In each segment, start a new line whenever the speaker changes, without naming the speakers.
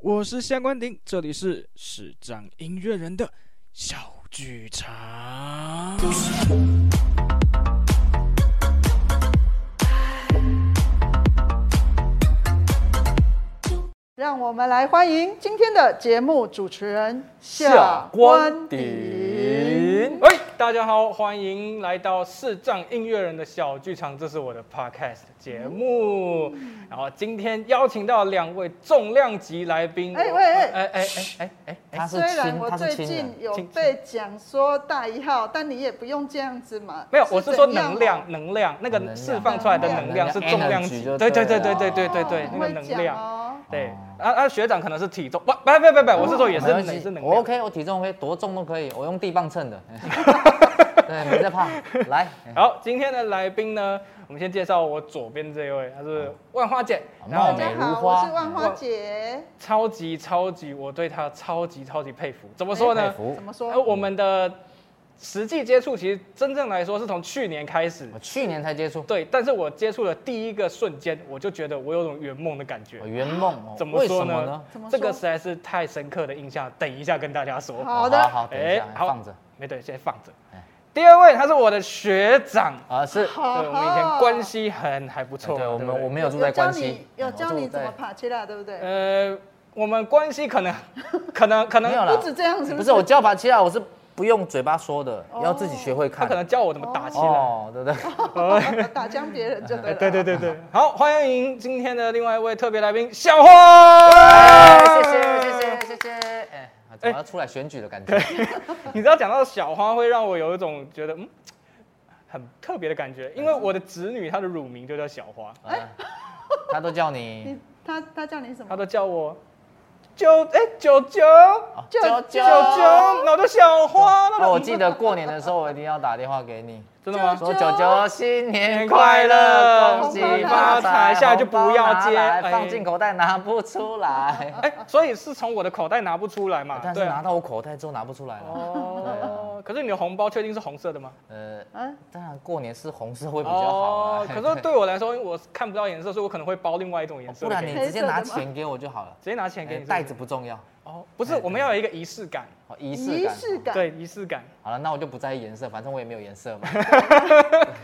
我是夏关鼎，这里是视障音乐人的小剧场。
让我们来欢迎今天的节目主持人
下
关
关
鼎。
顶。
喂，哎大家好，欢迎来到视障音乐人的小剧场，这是我的 podcast 节目。然后今天邀请到两位重量级来宾，
哎
我
喂
哎哎哎哎哎哎，
他是
虽然
亲，
我
他
最
是亲人
近。有
亲人
被讲说大一号，但你也不用这样子嘛。
没有，我是说
怎样
能
哦
量，能量那个
能量
释放出来的能量是重量级，
能量
对对对
energy 就
对
对
对
了
对对对
哦，
那个
很会
能
讲
量，
哦。
对
哦。
啊啊，学长可能是体重，不不不不不，我是说也是
没关
能
系
是能
我
量。
OK，我体重 OK，多重都可以，我用地磅秤的。对，没在怕。来，
好，今天的来宾呢，我们先介绍我左边这一位，她是万花姐，然后
大
我
貌
们
美
家
如
好，我
花
是万花姐。
超级超级，我对她超级超级佩服。怎么说
佩
呢？
服
怎。么
呃，
说？
我们的实际接触其实真正来说是从去年开始
我，去年才接触
对。但是我接触的第一个瞬间，我就觉得我有种圆梦的感觉
我。圆梦哦，
怎么
为
说
什么
呢
呢？
怎么
这个
说
实在是太深刻的印象，等一下跟大家说。
好的
好好，等一下
哎，好
放着。
没对，先放着
哎。
第二位，他是我的学长，
啊，是，
对，
好
呃我们以前关系很还不错。
对，我
不
们我没有住
有
在
教
关西
你，有教
我
你
住
怎么
在
爬起来，对不对？
呃，我们关系可能可能可能
没有啦
不止这样，是
不是
是？
我叫法七啊，我是不用嘴巴说的，要自己学会
哦他
看。
可能教我怎么打起来。
哦，对不对？
打将别人就对
哎，
了。
对对对对，好，欢迎今天的另外一位特别来宾小花。
哎谢谢谢谢谢谢。哎，怎么要出来选举的感觉？
你知道讲到小花，会让我有一种觉得嗯很特别的感觉，因为我的侄女她的乳名就叫小花，
哎，他都叫你
嗯
你他他叫你什
她
么？
都叫我九哎九九
哦
舅舅
九九，然后就小花。
那我
种
记得过年的时候，我一定要打电话给你，
真的吗？
说
舅
九九新年快乐，恭喜发财，放进口袋拿不出来。
哎，所以是从我的口袋拿不出来嘛？
但是
对
拿啊
啊。
到我口袋之后拿不出来了。
哦，可是你的红包确定是红色的吗？
呃，
嗯，
当然过年是红色会比较好啦。啊
哦可是对我来说，因为我看不到颜色，所以我可能会包另外一种颜色
哦不
给你。
然你哎直接拿钱给我就好了，
直接拿钱给你是不是
袋子不重要，
哦，不是，我们要有一个仪式感，
好仪式
仪
感。
式感。
对，仪式感。
好了，那我就不在意颜色，反正我也没有颜色嘛，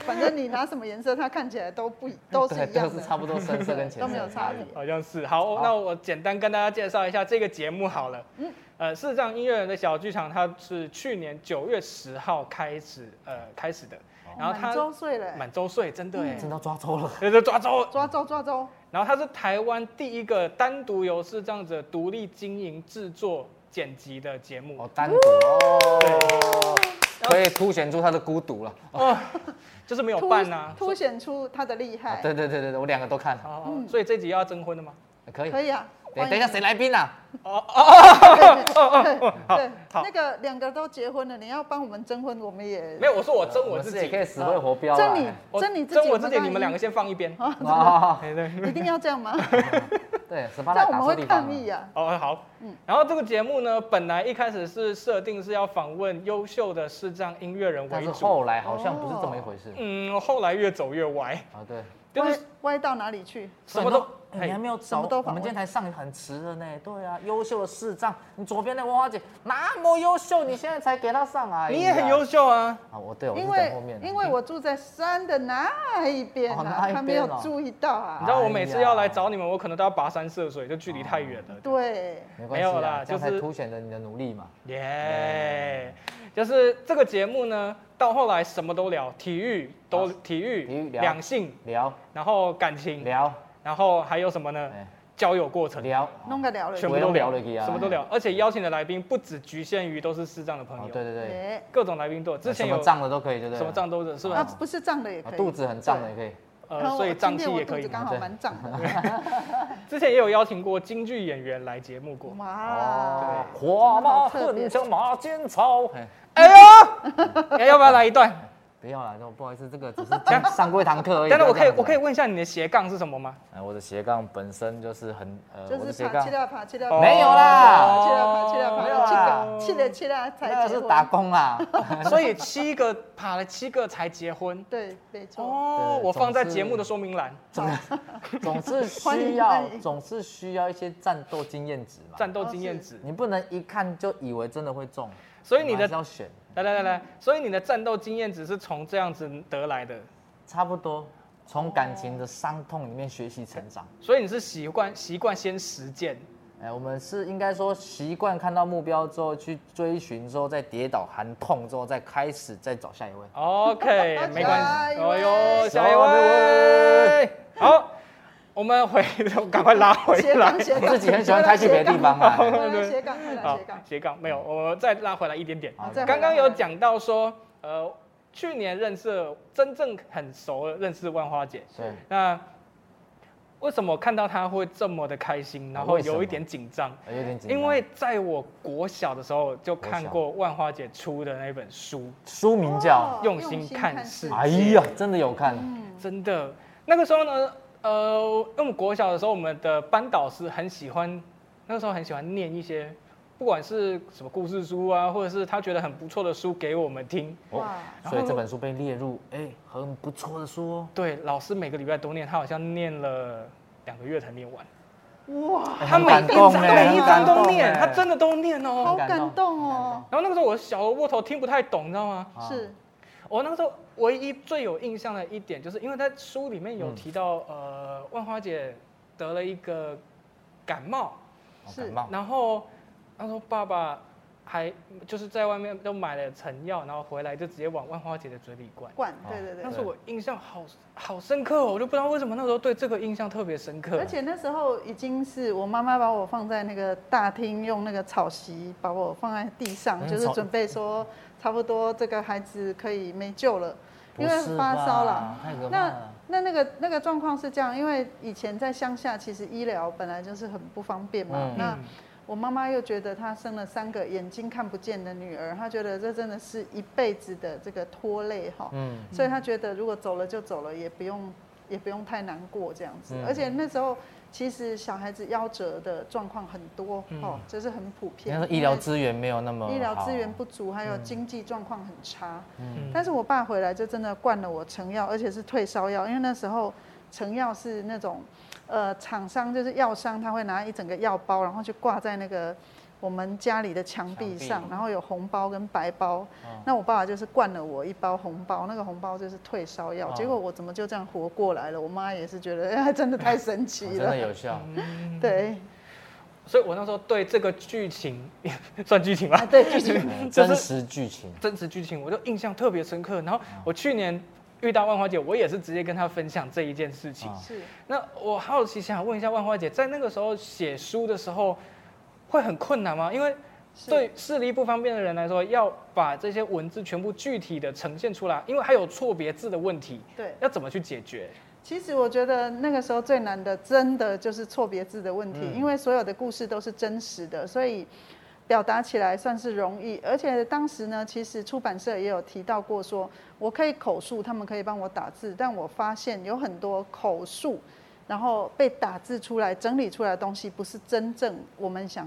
反正你拿什么颜色，它看起来都 不都是
对，
一样
都
的，
是差不多深色跟浅色，
都没有差别。
好像是好，
好
那我简单跟大家介绍一下这个节目好了。嗯，呃，视障音乐人的小剧场，它是去年九月十号开始，呃，开始的。然后
满
它
周岁了，
满周岁，真的哎，
哦嗯真的抓周了。
对对，抓周。
抓周抓周，
然后它是台湾第一个单独由视障者独立经营、制作、剪辑的节目
哦，。单独哦，可以凸显出他的孤独了。
哦，就是没有办啊呐。
凸显出他的厉
啊
害。
对对对对对，我两个都看了，
哦，
嗯
所以这集要征婚的吗？
可以。
可以啊。
等等一下，谁来宾啊？
对对，
好
那个两个都结婚了，你要帮我们征婚，我们也
没有，我说我征我
们
自
是
己，
也可以死会活标啊
征
了。
你
我
征你自
征
己，
我自己，你们两
刚
个先放一边。
哎哦，
对对。
刚一定要这样吗？
对，十八
这样
来
我们
打错
会
地方
抗
了。
议啊。
哦，好，嗯，然后这个节目呢，本来一开始是设定是要访问优秀的视障音乐人
但
为
是
主，
后来好像不是这么一回事。
哦
嗯，后来越走越歪，
啊，对，
就是
歪歪到哪里去？
什么都，哎
你还
嘿，
没有
什
找
么都，
我
访问
们今天才上很迟了呢。对啊，优秀的视障，你左边那文花姐那么优秀，你现在才给她上来，
你也很优秀啊，
啊。我对，我是
因
在
为
后面的。
因为我住在山的那一边
哦
啊
那，一
他没有
边哦
注意到
你
啊
知。道我每次要来
哎呀
找你们，我可能都要跋山涉水，就距离太远
嗯
了，
对，
没关系
没有
啦
啦，
这样才
就是
凸显了你的努力嘛。
耶，就是这个节目呢，到后来什么都聊，体育都体
体育
育，
聊
两性，
聊
然后感情，
聊
然后还有什么呢？
哎
交友过程。
聊，
弄个了了
全
去。
部都聊
我也都聊了去啊
什么都聊，而且邀请的来宾不只局限于都是视障的朋
哦
友，
对对对，
哎
各种来宾都有。之前
什
有
么胀的都可以，对不对？
什么胀都有，是
啊，
吧？
不是胀的也
啊，
可以。
肚子很胀的也可以。
然
呃，
后
所以
我
胀
今
气
天我
也
肚
可以
子。刚好蛮胀的。
之前也有邀请过京剧演员来节目过。
哇，
对，火
马
马
特别
混江马间草，嘿
哎哎呦，要不要来一段？
不要了，不好意思，这个 只是上过一堂课而已。
但是我可以
不
我
要
可
这
以
样子啊
问一下你的斜杠是什么吗？
哎，我的斜杠本身就是很呃，
就
我的
是
斜
爬
杠
七啦爬七啦，
哦
没有啦哦
爬七啦爬七啦
没有
爬
啦
七个七个七啦才
那
结
是
婚
打工 啦。
所以七个爬了七个才结婚。
对，没错，
哦，
对
我放在
总是
节目的说明栏，
总是
欢迎
需要
欢，迎
总是需要一些战斗经验值嘛。
战斗经验值。
你不能一看就以为真的会中，
所以你
还
的
哦是要选，
来来来来，所以你的战斗经验只是从这样子得来的，
差不多从感情的伤痛里面学习成长。
所以你是习惯习惯先实践。
哎，我们是应该说习惯看到目标之后去追寻，之后再跌倒含痛之后再开始再找下一位。
OK，没关
下
系。
一位
哎呦，下一
下
位。好，我们回，我赶快拉回
斜
来
杠。斜
我
杠，
自己很喜欢开去别的地方啊
回来斜 杠，回来
好
斜杠，，
斜杠没有，我再拉回来一点点。
好
好再回来
刚刚有讲到说，呃，去年认识了真正很熟的认识万花姐，
对，
那为什么看到她会这么的开心，然后
啊为什么
有一点紧张？
有点紧张。
因为在我国小的时候就看
国小
过万花姐出的那本书，
书名叫
哦嗯
用心看世
哎呀，真的有看，
真的那个时候呢，呃，因为我们国小的时候，我们的班导师很喜欢，那个时候很喜欢念一些，不管是什么故事书啊，或者是他觉得很不错的书给我们听。
哦
哇，
所以这本书被列入，哎，很不错的书哦。
对，老师每个礼拜都念，他好像念了两个月才念完。
哇，
哎
他
很
每
感
一
动
章
哎，
每一章
很感动
都念，
哎
他真的都念哦。
好
感动
感动哦，
然后那个时候我小窝头听不太懂，你知道吗？
啊
是
我那个时候唯一最有印象的一点，就是因为在书里面有
嗯
提到，呃，万花姐得了一个感冒，
哦
是
感冒
然后他说爸爸还就是在外面都买了成药，然后回来就直接往万花姐的嘴里灌。
冠，
哦
对对
但
对。
是我印象好好深刻、哦，我就不知道为什么那时候对这个印象特别深刻。
而且那时候已经是我妈妈把我放在那个大厅，用那个草席把我放在地上，
嗯
就是
草
准备说差不多这个孩子可以没救了，因
不
为
是
发烧了
吧。，太可怕
那
了。
那那个那个状况是这样，因为以前在乡下，其实医疗本来就是很不方便嘛。
嗯
那我妈妈又觉得她生了三个眼睛看不见的女儿，她觉得这真的是一辈子的这个拖累哈。
嗯，
所以他觉得如果走了就走了，也不用也不用太难过这样子。
嗯
而且那时候其实小孩子夭折的状况很多、哦，这是很普
应该
遍
嗯说。医疗资源没有那么
因为医疗
哦好嗯
资源不足，还有经济状况很差。
嗯
但是我爸回来就真的灌了我成药，而且是退烧药，因为那时候成药是那种，呃，厂商就是药商，他会拿一整个药包，然后去挂在那个我们家里的墙壁上
墙，壁哦
然后有红包跟白包。那我爸爸就是灌了我一包红包，那个红包就是退烧药。
哦
结果我怎么就这样活过来了？我妈也是觉得，哎，真的太神
哦
奇
真的
了。嗯
有效。
对，
所以我那时候对这个剧情 算剧情吧，
啊， 对，就是
嗯
就是
真实剧情，
真实剧情，我就印象特别深刻。然后我去年遇到万花姐，我也是直接跟她分享这一件事情。
啊
是
那我好奇想问一下万花姐，在那个时候写书的时候，会很困难吗？因为
是
对视力不方便的人来说，要把这些文字全部具体的呈现出来，因为还有错别字的问题，
对。
要怎么去解决？
其实我觉得那个时候最难的，真的就是错别字的问题，
嗯
因为所有的故事都是真实的，所以表达起来算是容易。而且当时呢，其实出版社也有提到过说我可以口述，他们可以帮我打字，但我发现有很多口述，然后被打字出来、整理出来的东西，不是真正我们想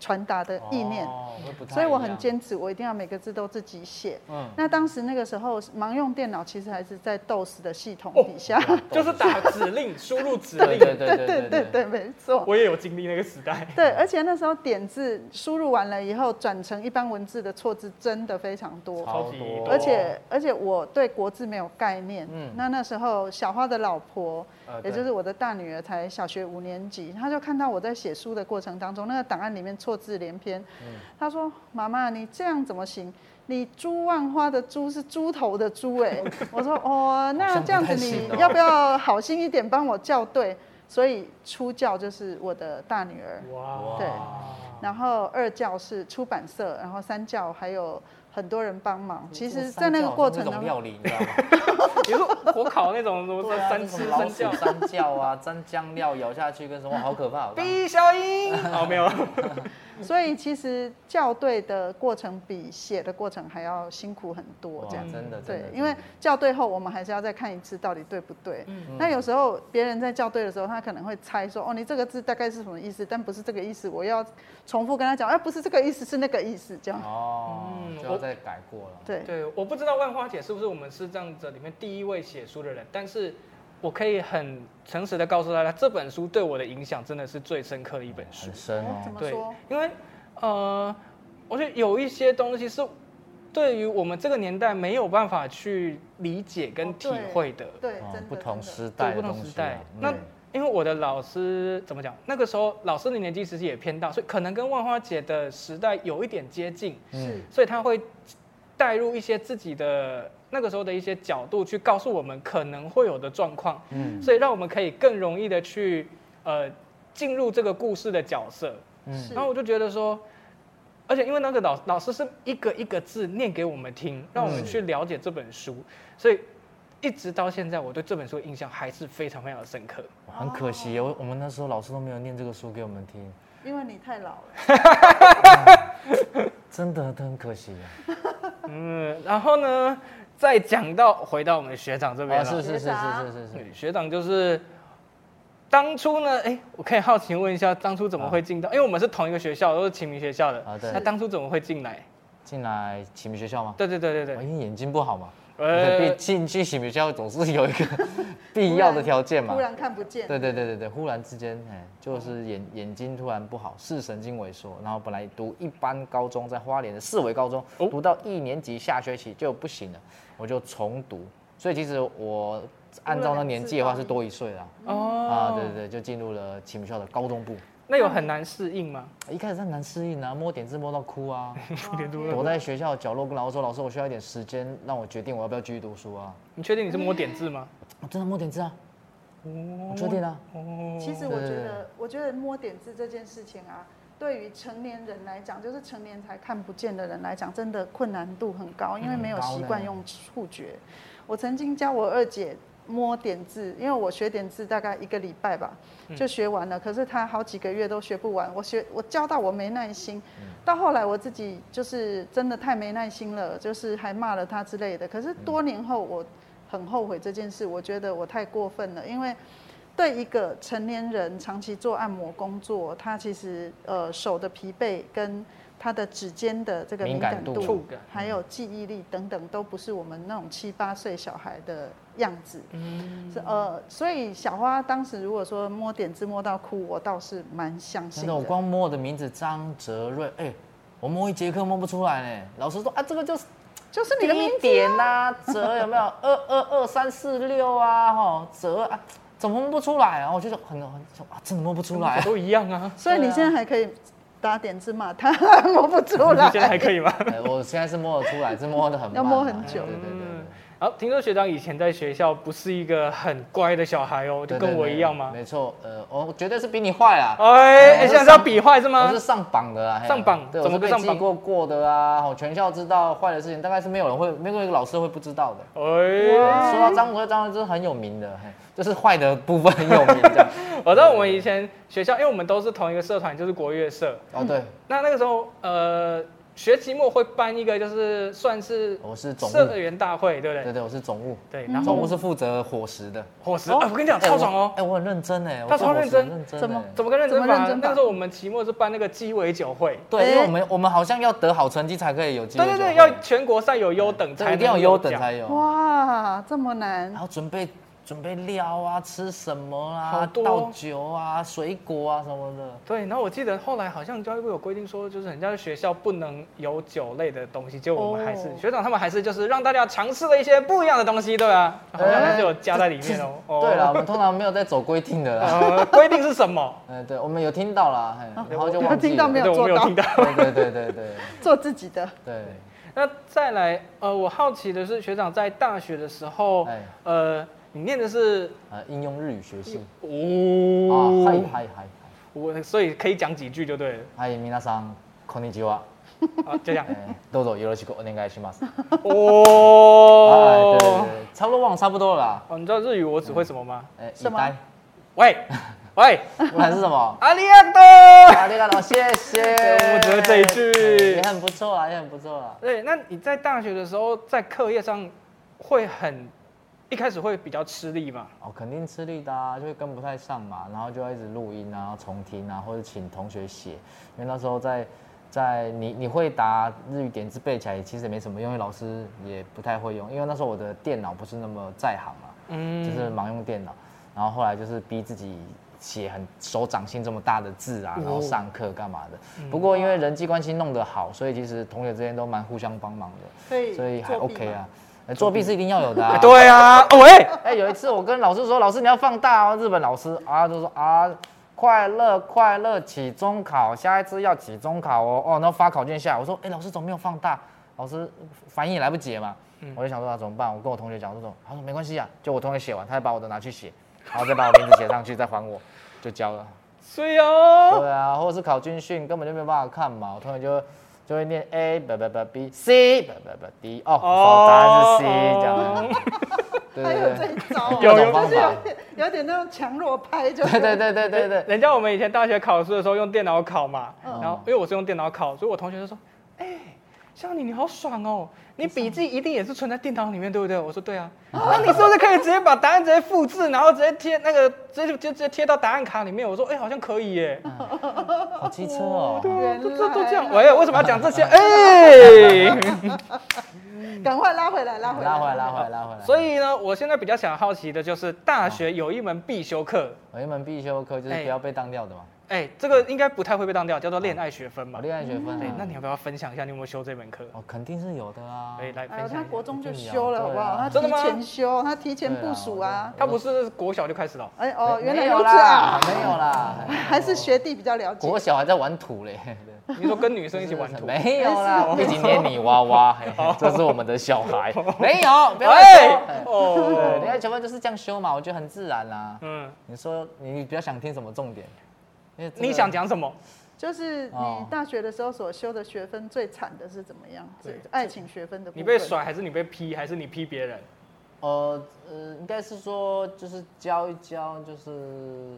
传达的意念。
哦会不太
所以我
一
很
样
坚持，我一定要每个字都自己写。
嗯
那当时那个时候盲用电脑，其实还是在 DOS 的系统
哦
底下。
就是打指令，输入指令。
对对对
对
对对
对对，没错。
我也有经历那个时代。
对，而且那时候点字输入完了以后，转成一般文字的错字真的非常多，
超
超级
多，
多
而且而且我对国字没有概念。嗯，那那时候小花的老婆，
呃
也
对
就是我的大女儿，才小学五年级，她就看到我在写书的过程当中，那个档案里面错字连篇，
嗯
她说：“妈妈，你这样怎么行？”你猪万花的猪是猪头的猪 哎、我说哦，那这样子你
哦
要不要好心一点帮我校对？所以初教就是我的大
嗯
女儿，
哇
对然后二教是出版社，然后三教还有很多人帮忙。其
这
实，
三
在那个
教好
过
像
程
那
当中，
种料理，你知道吗？
比如说火烤那种什么
对啊
三
什
吃
么老
三
鼠
叫，
三叫啊，沾酱料咬下去跟什么，好可怕！我刚
逼小英， 哦没有，
所以其实校对的过程比写的过程还要辛苦很多
哇，
这样。
真的真
对
的，，嗯
因为校对后我们还是要再看一次到底对不对。那有时候别人在校对的时候，他可能会猜说，哦，你这个字大概是什么意思，但不是这个意思，我要重复跟他讲，哎、不是这个意思，是那个意思，这样。
哦，
嗯
就要再改过了。
对，
对，我不知道万花姐是不是我们视障者里面第一位写书的人，但是我可以很诚实的告诉大家，这本书对我的影响真的是最深刻的一本书
很。深
怎
哦，
么
对
说？，
因为呃，我觉得有一些东西是对于我们这个年代没有办法去理解跟体会的。
哦对，
哦
真的
不同
真的
时代
对不
的
同
东
时
西
代
啊。
那
嗯
因为我的老师怎么讲？那个时候老师的年纪其实也偏大，所以可能跟万花姐的时代有一点接近，
是
所以他会带入一些自己的那个时候的一些角度去告诉我们可能会有的状况，
嗯
所以让我们可以更容易的去呃进入这个故事的角色。
嗯
是
然后我就觉得说，而且因为那个老老师是一个一个字念给我们听，让我们去了解这本书，所以一直到现在，我对这本书的印象还是非常非常的深刻。
哇很可惜耶，
哦
哦我我们那时候老师都没有念这个书给我们听，
因为你太老了。
真的很可惜耶。啊
嗯，然后呢，再讲到回到我们学长这边
啊，
了，
是是是
学长
是是是是，
对学长就是。当初呢，哎、我可以好奇问一下，当初怎么会进到？因为我们是同一个学校，都是启明学校的。
啊对
那当初怎么会进来？
进来启明学校吗？
对对对对
哦
对。
因为眼睛不好嘛，
呃
毕哎进去启明学校总是有一个必要的条件嘛
突。然看不见。
对对对对对，忽然之间，哎，就是眼眼睛突然不好，视神经萎缩，然后本来读一般高中，在花莲的四维高中，
哦
读到一年级下学期就不行了，我就重读。所以其实我按照那年纪的话是多一岁啦，
哦。
啊，对对对，就进入了启明学校的高中部。哎
那有很难适应吗？
一开始很难适应啊，摸点字摸到哭啊，
连读
躲在学校角落跟老师说：“老师，我需要一点时间让我决定我要不要继续读书啊。
你确定你是摸点字吗？”
我真的摸点字啊，我确定啊，
其实我觉
对对对
得，我觉得摸点字这件事情啊，对于成年人来讲，就是成年才看不见的人来讲，真的困难度嗯很高，因为没有习惯用触觉。我曾经教我二姐摸点字，因为我学点字大概一个礼拜吧，就学完了。可是她好几个月都学不完，我学我教到我没耐心，到后来我自己就是真的太没耐心了，就是还骂了她之类的。可是多年后我很后悔这件事，我觉得我太过分了，因为。对一个成年人长期做按摩工作，他其实呃手的疲惫跟他的指尖的这个
敏
敏
感
感
度
度、
触感
还有记忆力等等，都不是我们那种七八岁小孩的样子。
嗯，
是呃，所以小花当时如果说摸点字摸到哭，我倒是蛮相
真
信
的，
的。
我光摸我的名字张哲瑞，哎、我摸一节课摸不出来呢。老师说啊，这个就是
就是你的名
低
字啊
点呐、哲有没有？二二二三四六啊，吼，哲啊，怎么摸不出来啊？我就说很很啊，真的摸不出来、
都一样啊。
所以你现在还可以打点字骂他， 摸不出
你
来。
现在还可以吗？
哎 我现在是摸得出来，是摸得很慢啊、
要摸很久
对对对对
嗯好，听说学长以前在学校不是一个很乖的小孩哦，就
对
跟我一样吗
对对？没错，呃，我绝对是比你坏啊啦。
哎，
我
哎
是啊
现在是要比坏是
我
吗
哦是？上榜的啊啦，嘿
上榜
对，我
怎
是
么
被
个上
记
榜
过过的啊，吼全校知道坏的事情，大概是没有人会，没有一个老师会不知道的。
哎，
说到张国，张国就是很有名的，嘿就是坏的部分很有名 的。
我知道我们以前学校，因为我们都是同一个社团，就是国乐社。
哦，对，
那那个时候，呃，学期末会办一个，就是算是
我是总务
社员大会，对不
对
对？
对，我是总务，
嗯
对，然
总
后
务是负责伙食的。
伙食，哎我跟你讲
哎
超爽哦
我，哎，我很认真哎，
他
我做
超
伙食
认真
很认真，
怎么
哎
怎么个认真
怎么
法
认
呢？
真法
那个时候我们期末是办那个鸡尾酒会，
对，因为
哎
我们我们好像要得好成绩才可以有机会
对
做
对
会。
对，要全国赛有优等才
对
能
一定要优等
奖
才有。
哇，这么难
然，后准备准备料啊，吃什么啊
好，多
倒酒啊，水果啊什么的。
对，然后我记得后来好像教育部有规定说，就是人家学校不能有酒类的东西，结果我们还是、
哦
学长他们还是就是让大家尝试了一些不一样的东西，对吧、好像还是有加在里面哦。哦
哎对了，我，们通常没有在走规定的 啦。
呃，规定是什么？
嗯，对，我们有听到啦，嘿然后就忘记
啊有听到没
对，
有
我没有
做到
听到。
对对对对对
做自己的。
对，
那再来，呃，我好奇的是，学长在大学的时候
哎，
呃，你念的是
呃，应用日语学系啊，嗨
哦，
嗨嗨
我所以可以讲几句就对了。
嗨，皆さんこんにちは。
好，就这样。
哎どうぞよろしくお願いします。哎，对对
哦
对，，对差不多忘了差不多了啦。
哦，你知道日语我只会什么 吗？
哎，
什么
一呆
喂，喂，
不然 是什么？啊
阿里亚多。
好，李大佬，谢谢。
我们只会这一句
也很不错啊，也很不错啊。
对，那你在大学的时候，在课业上会很一开始会比较吃力嘛？
哦，肯定吃力的啊，就会跟不太上嘛，然后就要一直录音啊，然后重听啊，或者请同学写，因为那时候在在你你会打日语点字背起来，其实也没什么用，因为老师也不太会用，因为那时候我的电脑不是那么在行嘛，
嗯，，
就是盲用电脑，然后后来就是逼自己写很手掌心这么大的字啊，然后上课干嘛的。不过因为人际关系弄得好，所以其实同学之间都蛮互相帮忙的，
可以，
所以还 OK 啊。。呃作弊是一定要有的、啊
对啊，哦喂，
哎、有一次我跟老师说，老师你要放大哦，日本老师啊，就说啊，快乐快乐，期中考，下一次要期中考哦，哦，然后发考卷下来，我说，哎、老师怎么没有放大？老师反应也来不及嘛，我就想说那啊怎么办？我跟我同学讲，我说他说没关系啊，就我同学写完，他再把我的拿去写，然后再把我名字写上去，再还我，就交了。
所以哦，
对啊，或者是考军训根本就没有办法看嘛，我同学就就会念 A 不不不 B C 不不不 D 哦，
哦
哦答案是 C 这样。对
还
对
有
对。
这一招哦，
有有
就是
方法
有点 有点那种强弱拍，就
对
是
对对对对对，
人家我们以前大学考试的时候用电脑考嘛，然后因为我是用电脑考，所以我同学就说，哎、像你你好爽哦，你笔记一定也是存在电脑里面对不对？我说对啊，那你是不是可以直接把答案直接复制，然后直接贴那个直接直接直接贴到答案卡里面？我说哎、好像可以耶，
好机车哦。
对啊，这
原
这都这样，
来
喂，为什么要讲这些？哎、
赶快拉回来，拉回来，
拉回来，拉回来，拉回来。
所以呢，我现在比较想好奇的就是，大学有一门必修课，
有一门必修课就是不要被当掉的嘛，
哎、这个应该不太会被当掉，叫做恋爱学分嘛
哦，。恋爱学分
对，
啊。
那你要不要分享一下你有没有修这门课？
哦，肯定是有的啊
可。以来分
哎呦，
享
他
一下
国。中就修了，好不好？他
真的
提
吗
前修，他提前部署啊。
他不是国小就开始了哦，
哎哦，原来
没
如
有
此
啦
啊，，
没有啦，
还是学弟比较了解。
国小还在玩土嘞。
你说跟女生一起玩土，
没有啦，我们已经捏泥娃娃，嘿这是我们的小孩。没有，不要
哎
乱说。对，恋
哦，
爱学分就是这样修嘛，我觉得很自然啦。
嗯，
你说你比较想听什么重点？因为这个
你想讲什么？
就是你
哦
大学的时候所修的学分最惨的是怎么样？
对
是爱情学分的部分。
你被甩还是你被劈还是你劈别人？
呃呃，应该是说就是教一教，就是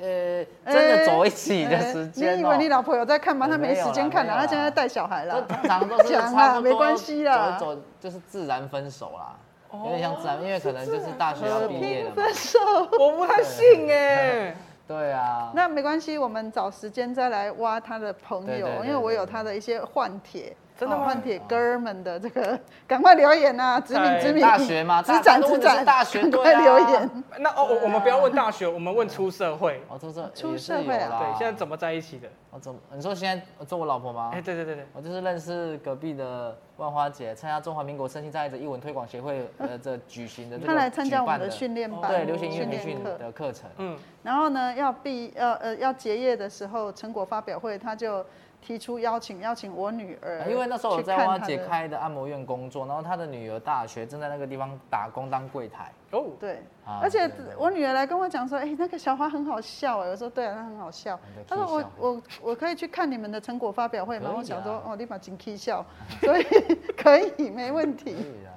呃
哎，
真的走一起的
哎
时间、哦
你以为你老婆有在看吗？她没时间看
没
了，
有
她
啦
现在带小孩
这
了。
通常都是
讲啦啊
差不多
没关系啦
走一走就是自然分手啦，有点像自然，因为可能就是大学要毕业了嘛
分。手，
我不太信哎，
对啊，
那没关系，我们找时间再来挖他的朋
对
友
对，对
因为我有他的一些换帖，
真的
哦
吗
换帖哥们的这个， 赶快留言啊，指
哎
名指名，
大学嘛
指
大
展
如 果
指
你
展，
是大学
赶
对
快
啊
留言。
那哦，我我们不要问大学，我们问出社会。
我出社
出
也是
社会啊
有啦
对，现在怎么在一起的？
我怎么？你说现在做我老婆吗？
哎，对对对对，
我就是认识隔壁的万花姐，参加中华民国身心障碍者艺文推广协会呃这举行的这个
他来参加我们的
举
训练
办
班，
的对流行音乐
训
培
练
训
课，
的课程，
嗯，
然后呢，要毕要呃要结业的时候，成果发表会，他就提出邀请，邀请我女呃儿去看他的，
啊因为那时候我在汪姐开的按摩院工作，然后她的女儿大学正在那个地方打工当柜台。
哦，
对，
啊
而且
对对
我女儿来跟我讲说，哎、那个小花很好笑哎、我说对啊，她很好笑
你的。
她说
气
我
嗯笑
我我可以去看你们的成果发表会吗？
可以啊
我想说哦，立马紧 K 笑，所以 可以没问题，
对啊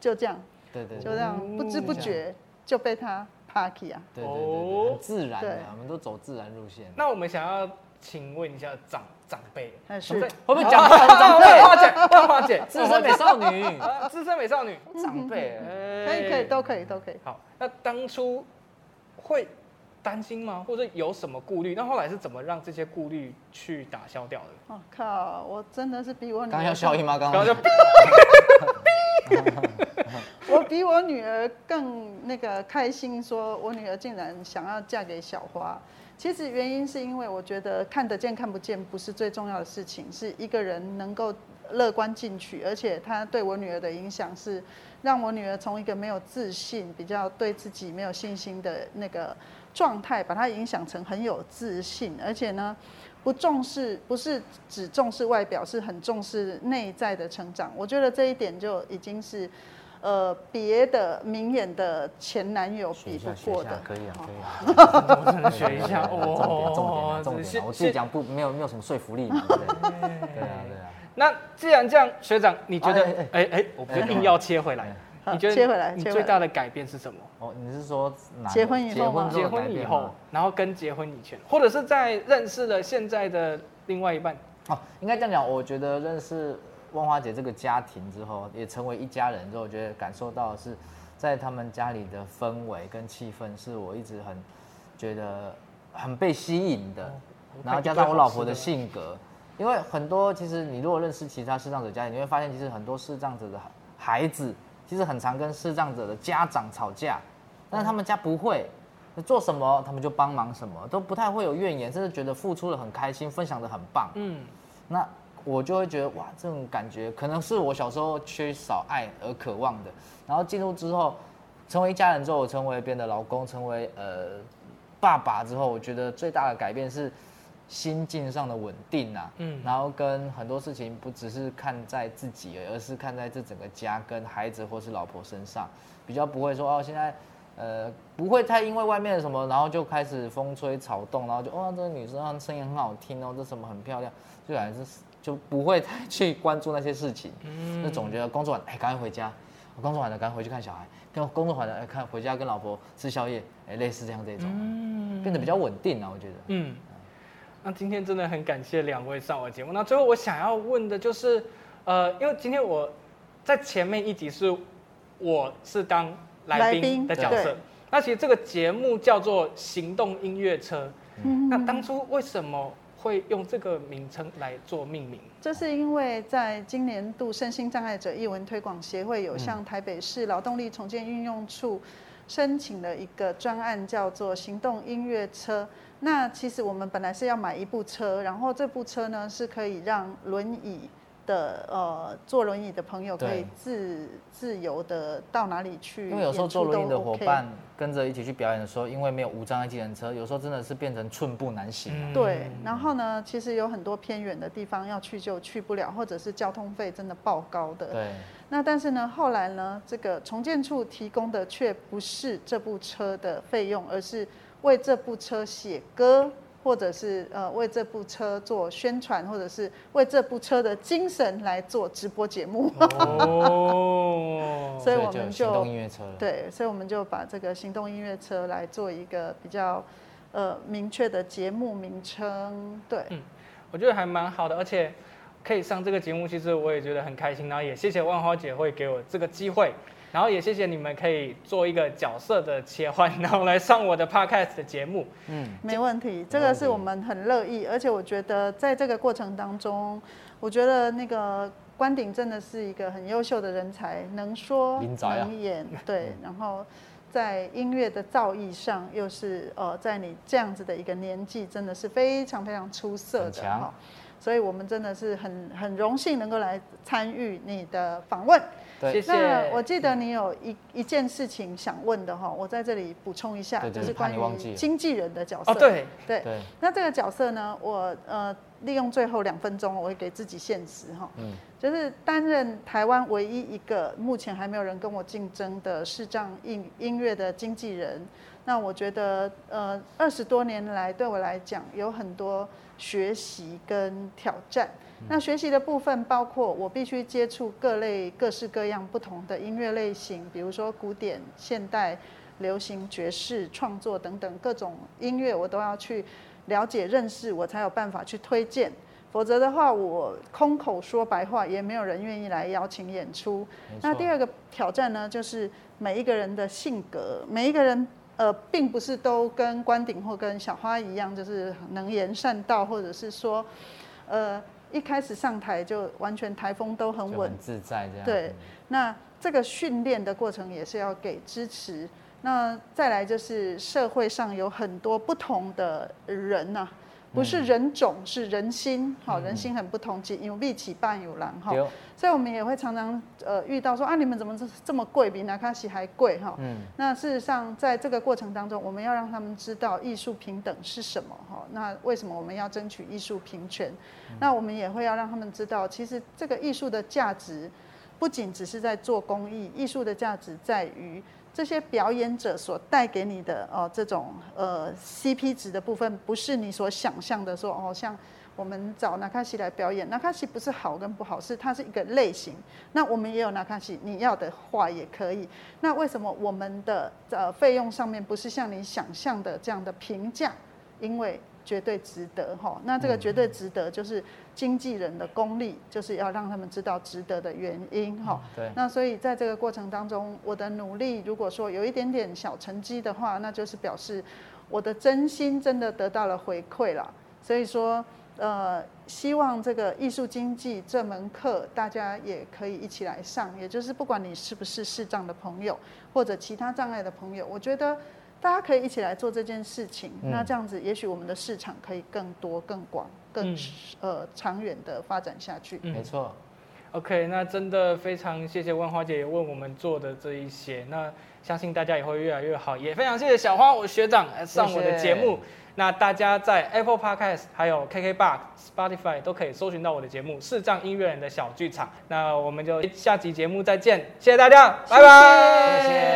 就这样
对对对
就这样，不知
嗯
不觉就被她 party 啊。
对对对对，很自然的
对，
我们都走自然路线。
那我们想要请问一下长长辈，
哎
长
是
辈，
会不会讲错长
万
辈？
花姐，万花姐，
资深美 少女，
啊，资深美少女，
长辈，
可
可以可以都可以都可以。
好，那当初会担心吗？或者有什么顾虑？那后来是怎么让这些顾虑去打消掉的？
我、哦靠，我真的是比我女
刚刚要
儿
笑音吗？刚
然后
刚
就
我比我女儿更那个开心，说我女儿竟然想要嫁给小花。其实原因是因为我觉得看得见看不见不是最重要的事情，是一个人能够乐观进取，而且她对我女儿的影响是让我女儿从一个没有自信、比较对自己没有信心的那个状态，把她影响成很有自信，而且呢。不重视，不是只重视外表，是很重视内在的成长。我觉得这一点就已经是呃别的明眼的前男友
学
比
一
不
下，学
过
一
的
下，。可 以啊，可以啊。
我只能
对
学一下
对对对 重点啊重点啊
哦。
重
谢
点啊！我自己
谢
讲不没有没有什么说服力嘛，对不对？ 对啊对啊。
那既然这样，学长，你觉得
哎哎，
哎哎，我不是硬要切回来，
哎
你觉得
切回来
你
切回来
最大的改变是什么？
哦，你是说哪个
结婚以后吗
结
结婚
婚以
以
后
后，
然后跟结婚以前，或者是在认识了现在的另外一半，
哦，应该这样讲，我觉得认识万花姐这个家庭之后，也成为一家人之后，我觉得感受到的是，在他们家里的氛围跟气氛，是我一直很觉得很被吸引的。然后加哦上我老婆的性格，因为很多其实你如果认识其他视障者家庭，你会发现其实很多视障者的孩子，其实很常跟视障者的家长吵架，但是他们家不会。做什么他们就帮忙什么，都不太会有怨言，甚至觉得付出了很开心，分享的很棒。
嗯，
那我就会觉得哇，这种感觉可能是我小时候缺少爱而渴望的。然后进入之后，成为一家人之后，我成为别人的老公，成为呃爸爸之后，我觉得最大的改变是心境上的稳定啊。
嗯
嗯，然后跟很多事情不只是看在自己而已，而是看在这整个家跟孩子或是老婆身上，比较不会说哦现在。呃，不会太因为外面的什么，然后就开始风吹草动，然后就哦，这个女生她声音很好听哦，这什么很漂亮，就还是就不会太去关注那些事情。
嗯
那总觉得工作完，哎，赶快回家，工作完了赶快回去看小孩，跟工作完了，哎，看回家跟老婆吃宵夜，哎，类似这样这种，
嗯
变得比较稳定啊了、我觉得。
嗯，那今天真的很感谢两位上我节目。那最后我想要问的就是，呃，因为今天我在前面一集是我是当来
来宾
宾的角色
对，
那其实这个节目叫做《行动音乐车》。
嗯
那当初为什么会用这个名称来做命名？
这是因为在今年度身心障碍者艺文推广协会有
嗯
向台北市劳动力重建运用处申请了一个专案，叫做“行动音乐车”。那其实我们本来是要买一部车，然后这部车呢是可以让轮椅的呃坐轮椅的朋友可以
对
自自由的到哪里去演出都 OK，
因为有时候坐轮椅的伙伴跟着一起去表演的时候，因为没有无障碍计程车，有时候真的是变成寸步难
嗯
行、啊。
对，然后呢，其实有很多偏远的地方要去就去不了，或者是交通费真的爆高的。
对，
那但是呢，后来呢，这个重建处提供的却不是这部车的费用，而是为这部车写歌，或者是呃为这部车做宣传，或者是为这部车的精神来做直播节目。
哦，
所以我
就有
们
行
就
动音乐车了。
对，所以我们就把这个行动音乐车来做一个比较呃明确的节目名称。对，
我觉得还蛮好的，而且可以上这个节目，其实我也觉得很开心。然后也谢谢万花姐会给我这个机会，然后也谢谢你们可以做一个角色的切换，然后来上我的 podcast 的节目。
嗯，
没问题，这个是我们很乐意，而且我觉得在这个过程当中，我觉得那个关鼎真的是一个很优秀的人才，能说
人才啊
能演， 对，然后在音乐的造诣上，又是呃，在你这样子的一个年纪，真的是非常非常出色
很
的
强
哈。所以我们真的是很很荣幸能够来参与你的访问。
对
谢谢
那我记得
嗯
你有一一件事情想问的哈，我在这里补充一下，
对对
就是
怕
关
你忘
于
记了
经纪人的角色。
哦，对，
对
对，
那这个角色呢，我呃利用最后两分钟，我会给自己限时哈，
嗯
就是担任台湾唯一一个目前还没有人跟我竞争的视障音音乐的经纪人。那我觉得呃二十多年来对我来讲有很多学习跟挑战。
嗯
那学习的部分包括我必须接触各类各式各样不同的音乐类型，比如说古典、现代、流行、爵士、创作等等各种音乐，我都要去了解认识，我才有办法去推荐。否则的话，我空口说白话，也没有人愿意来邀请演出。
没错
那第二个挑战呢，就是每一个人的性格，每一个人呃，并不是都跟关顶或跟小花一样，就是能言善道，或者是说，呃，一开始上台就完全台风都很
就
稳
很，自在这样。嗯
对，那这个训练的过程也是要给支持。那再来就是社会上有很多不同的人呐、不是人种，是人心。好，人心很不同，几有利起半有狼哈。
丢，
所以我们也会常常呃遇到说啊，你们怎么这这么贵，比纳卡西还贵哈？
嗯，
那事实上，在这个过程当中，我们要让他们知道艺术平等是什么哈。那为什么我们要争取艺术平权？那我们也会要让他们知道，其实这个艺术的价值，不仅只是在做公益，艺术的价值在于这些表演者所带给你的哦这种呃 CP 值的部分，不是你所想象的说哦像。我们找纳卡西来表演，纳卡西不是好跟不好，是它是一个类型。那我们也有纳卡西，你要的话也可以。那为什么我们的呃费用上面不是像你想象的这样的评价？因为绝对值得哈。那这个绝对值得就是经纪人的功力，就是要让他们知道值得的原因哈。
对，
那所以在这个过程当中，我的努力如果说有一点点小成绩的话，那就是表示我的真心真的得到了回馈了。所以说，呃，希望这个艺术经济这门课大家也可以一起来上，也就是不管你是不是视障的朋友，或者其他障碍的朋友，我觉得。大家可以一起来做这件事情，
嗯
那这样子，也许我们的市场可以更多、更广、更、
嗯
呃长远的发展下去。
嗯
没错，
OK，那真的非常谢谢万花姐为我们做的这一些，那相信大家也会越来越好，也非常谢谢小花我学长来呃上我的节目。
谢谢
那大家在 Apple Podcast 还有 KKBox、Spotify 都可以搜寻到我的节目《视障音乐人的小剧场》。那我们就下集节目再见，谢谢大家，拜拜，
嗯
谢谢。